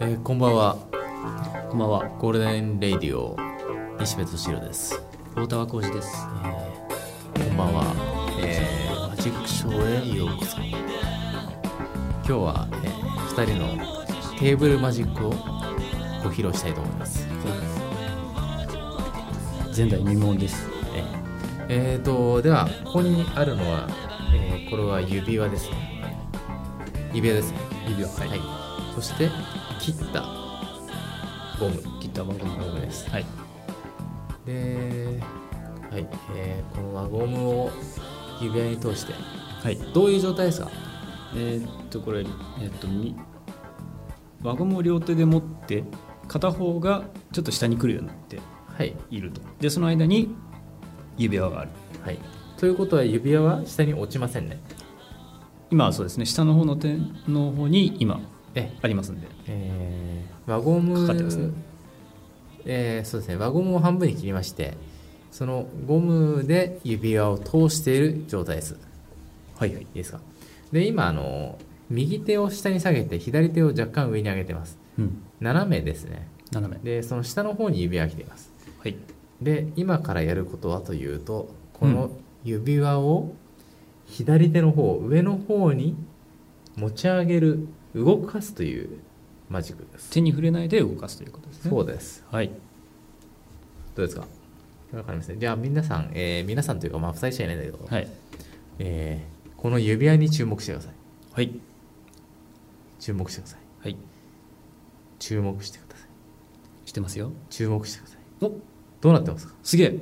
えーこんばんはこんばんは。ゴールデンレイディオ西部敏郎です、大田和浩二です。えーこんばんはえーマジックショーへようこそ今日は、え2人のテーブルマジックをご披露したいと思います前代未聞です。えーえーとではここにあるのは、えーこれは指輪ですね指輪ですね指輪はい、そして切ったゴム切った番組ゴムですはい。で、はいえーこの輪ゴムを指輪に通してはい。どういう状態ですかえーっとこれえーっとみ輪ゴムを両手で持って片方がちょっと下に来るようになってはい、いると。でその間に指輪がある。はい、ということは指輪は下に落ちませんね今はそうですね。下の方の手の方に今えありますんで。えー輪ゴムかかってますねえーそうですね輪ゴムを半分に切りましてそのゴムで指輪を通している状態ですいはいはい。いですかで今あの右手を下に下げて左手を若干上に上げてますうん。斜めですね斜め。でその下の方に指輪が来ていますはい。で今からやることはというとこうの指輪を左手の方上の方に持ち上げる動かすというマジックです手に触れないで動かすということですね。そうですはい。どうですかわかりますねじゃあ皆さん、えー皆さんというかまあ2人しかいないんだけど、はい。えーこの指輪に注目してくださいはい。注目してくださいはい。注目してくださいしてますよ。注目してくださいおどうなってますかすげえ。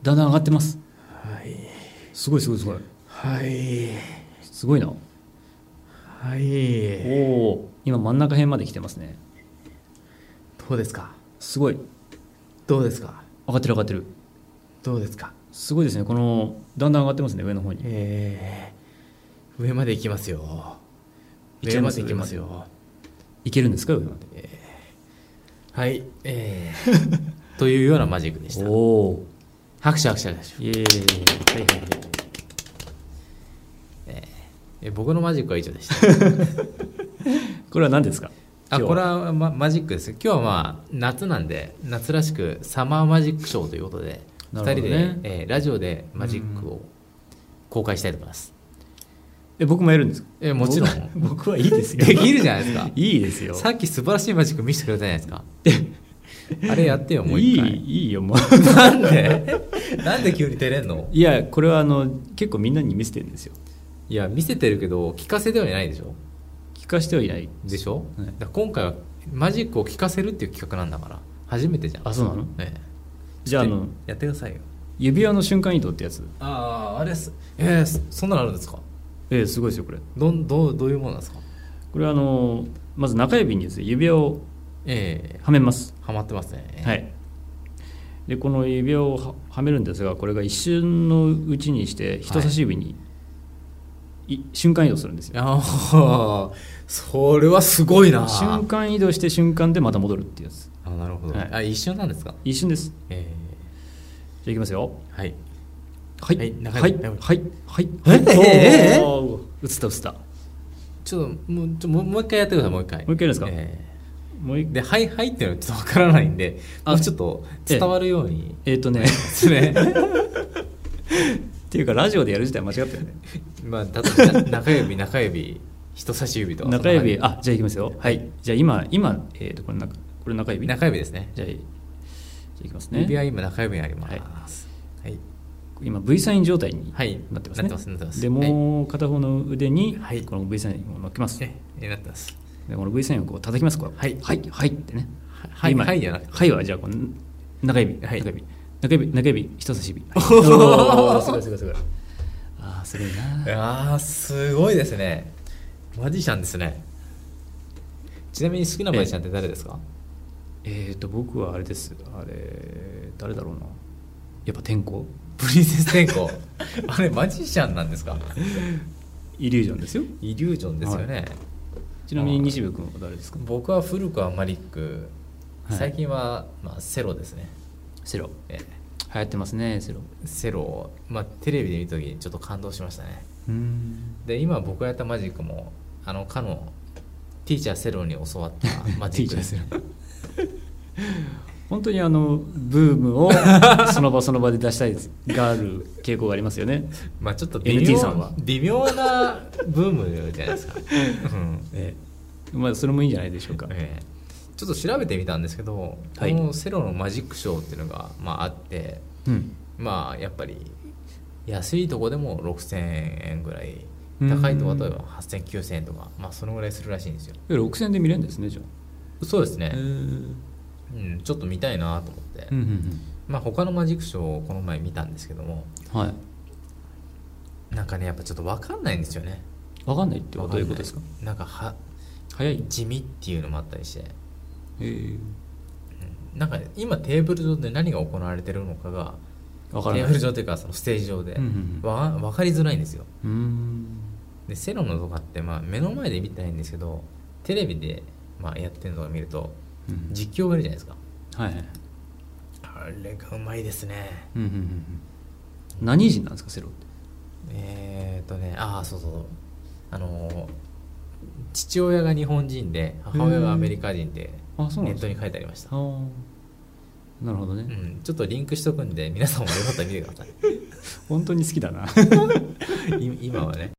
だんだん上がってます。はいすごいすごいすごい。はいすごいな。はいおお。今真ん中辺まで来てますね。どうですかすごい。どうですか上がってる上がってる。どうですかすごいですね。このだんだん上がってますね。上の方に。えー上まで行きますよ行上っちゃいままです行きますよいけるんですか上まで。はいえー というようなマジックでしたおお。拍手拍手拍手イエーイ。はいはいはい。え僕のマジックは以上でしたこれは何ですか。あ今日これ。は、ま、マジックです今日はまあ夏なんで夏らしくサマーマジックショーということで、二なる人ほどで、ねえーラジオでマジックを公開したいと思います、え、僕もやるんですか。えもちろん僕僕はいいですよ。できるじゃないですか いいですよ。さっき素晴らしいマジック見せてくれたじゃないです かあれやってよもうい一い回いいよもう。なんでなんで急に照れんのいやこれはあの結構みんなに見せてるんですよ。いや見せてるけど聞かせてはいないでしょ聞かしてはいない。でしょ、はいだから今回はマジックを聞かせるっていう企画なんだから初めてじゃんあそうなのええじゃああのやってくださいよ指輪の瞬間移動ってやつ。あああれすええそそんなのあるんですかえー、すごいですよこれ。どんどうどういうものなんですかこれはあのまず中指にですね指輪をええはめます、はまってますね、はい、でこの指輪をははめるんですがこれが一瞬のうちにして人差し指に、い瞬間移動するんですよああそれはすごいな瞬間移動して瞬間でまた戻るっていうやつあなるほど、はいあ一緒なんですか一瞬ですえじゃあいきますよえはいはいははいい中はい指はいはいええええおー映った映ったもちょっともうちょもうもう一回やってくださいもう一回う一回やるんですかええう一で、はいはいっていうのはちょっとわからないんで、あもうちょっと伝わるようにえっ、とねです ね。っていうかラジオでやる自体間違ってるねまあ、だ とな中指、中指、人差し指と。中は指いあじゃあいきますよはいじゃあ今今えっ、とこれ中これ中指中指ですね。じゃあじゃあいきますね指は今中指にあります。はい。今 V サイン状態にはいなってますね、なってますなってますでもう片方の腕にはいこの V サインを乗っけます、え、えなってます。でこの V サインをこう叩きますこうはいはいはいってねはい、今はいじゃなくて。はいはじゃあこの中指は中い指中指中指人差し指、おーおーすごいすごいすごいああすごいなああ、すごいですね。マジシャンですね。ちなみに好きなマジシャンって誰ですかえっ、と僕はあれですあれ誰だろうなやっぱ天候プリンセス天功。 あれ、マジシャンなんですかイリュージョンですよイリュージョンですよね。ちなみに西部君は誰ですか僕は古くはマリックはい最近は、まあ、セロですね、セロえ流行ってますねセロえセロを、まあ、テレビで見た時にちょっと感動しましたねうんで今僕がやったマジックもあのかの T ティーチャーセロに教わ ったマジックです本当にあのブーム をその場その場で出したいがある傾向がありますよね。まあちょっと NT さんは微妙なブームじゃない ですか、うんええまあ、それもいいんじゃないでしょうか。ええちょっと調べてみたんですけど、はいこのセロのマジックショーっていうのが、まあ、あってうん、まあやっぱり安いとこでも6000円ぐらいうん高いとこは例えば80009000円とかまあそのぐらいするらしいんですよえ6000円で見れるんですねじゃあ。そうですえね、ーうん、ちょっと見たいなと思って、うんうんまあ他のマジックショーをこの前見たんですけどもうん、はいなんかねやっぱちょっと分かんないんですよね分かんないってことはどういうわこんなとですかなんかは早い、地味っていうのもあったりしてえー、なんか今テーブル上で何が行われてるのかが分からテーなブいル上というかそのステージ上で、うんうんうんわ分かりづらいんですようーんでセロンの動画ってまあ目の前で見てないんですけどテレビでまあやってるのを見るとうん実況がいるじゃないですかはいはいあれがうまいですねうんうんうんうん何人なんですかセロってえー、っとねああそうそうそうあのー父親が日本人で母親がアメリカ人であそうなネんッですトかに書いてありましたあーなるほどね、うん、ちょっとリンクしとくんで皆さんもよかったら見てください本当に好きだな い今はね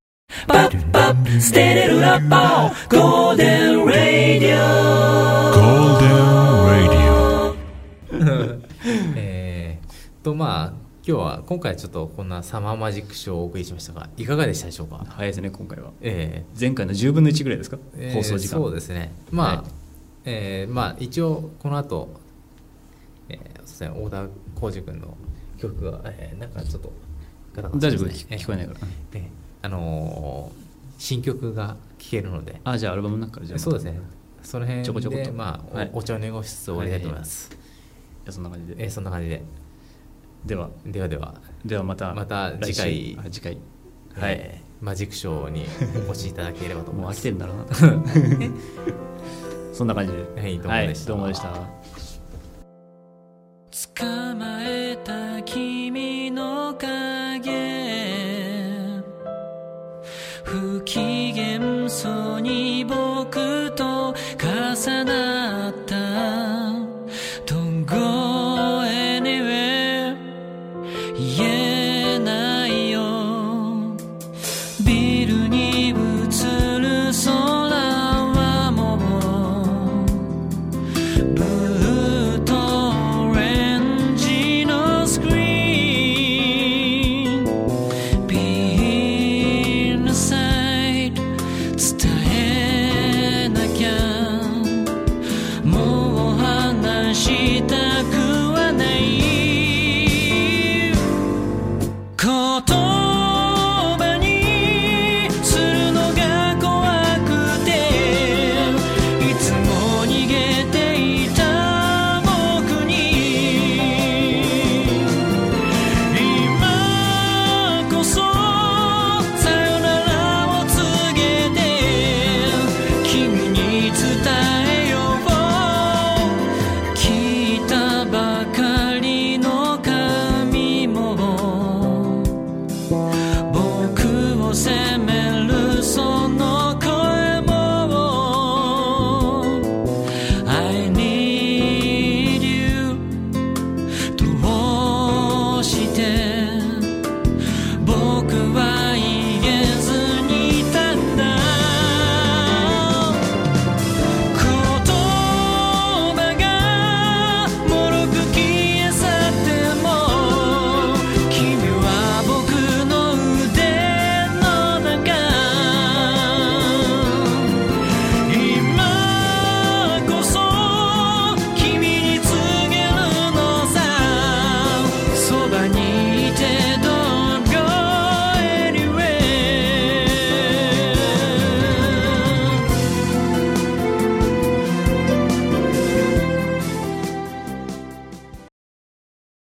Golden Radio. Golden Radio. えー、とまあ今日は今回ちょっとこんなサマーマジックショーをお送りしましたがいかがでしたでしょうか早いですね今回はえ前回の10分の1ぐらいですか、ーえー放送時間そうですねまあ、はいえーまあ一応この後、えー、そうですね大田浩二君の曲が、えーなんかちょっとガタガタ大し丈夫ます聞ね聞こえないから、えーえーあのー新曲が聴けるのであじゃあアルバムの中からじゃあそうですねその辺でちょこちょことまあ、おはいお茶の濁しつつ終わりたいと思います、いやそんな感じえでーそんな感じでではではではではまたまた来週次回あ次回はい、マジックショーにお越しいただければと思いもまう飽きす。てるんだろう なそんな感じではいどうもでしたどうもでした捕まえた君の影不機嫌そうに僕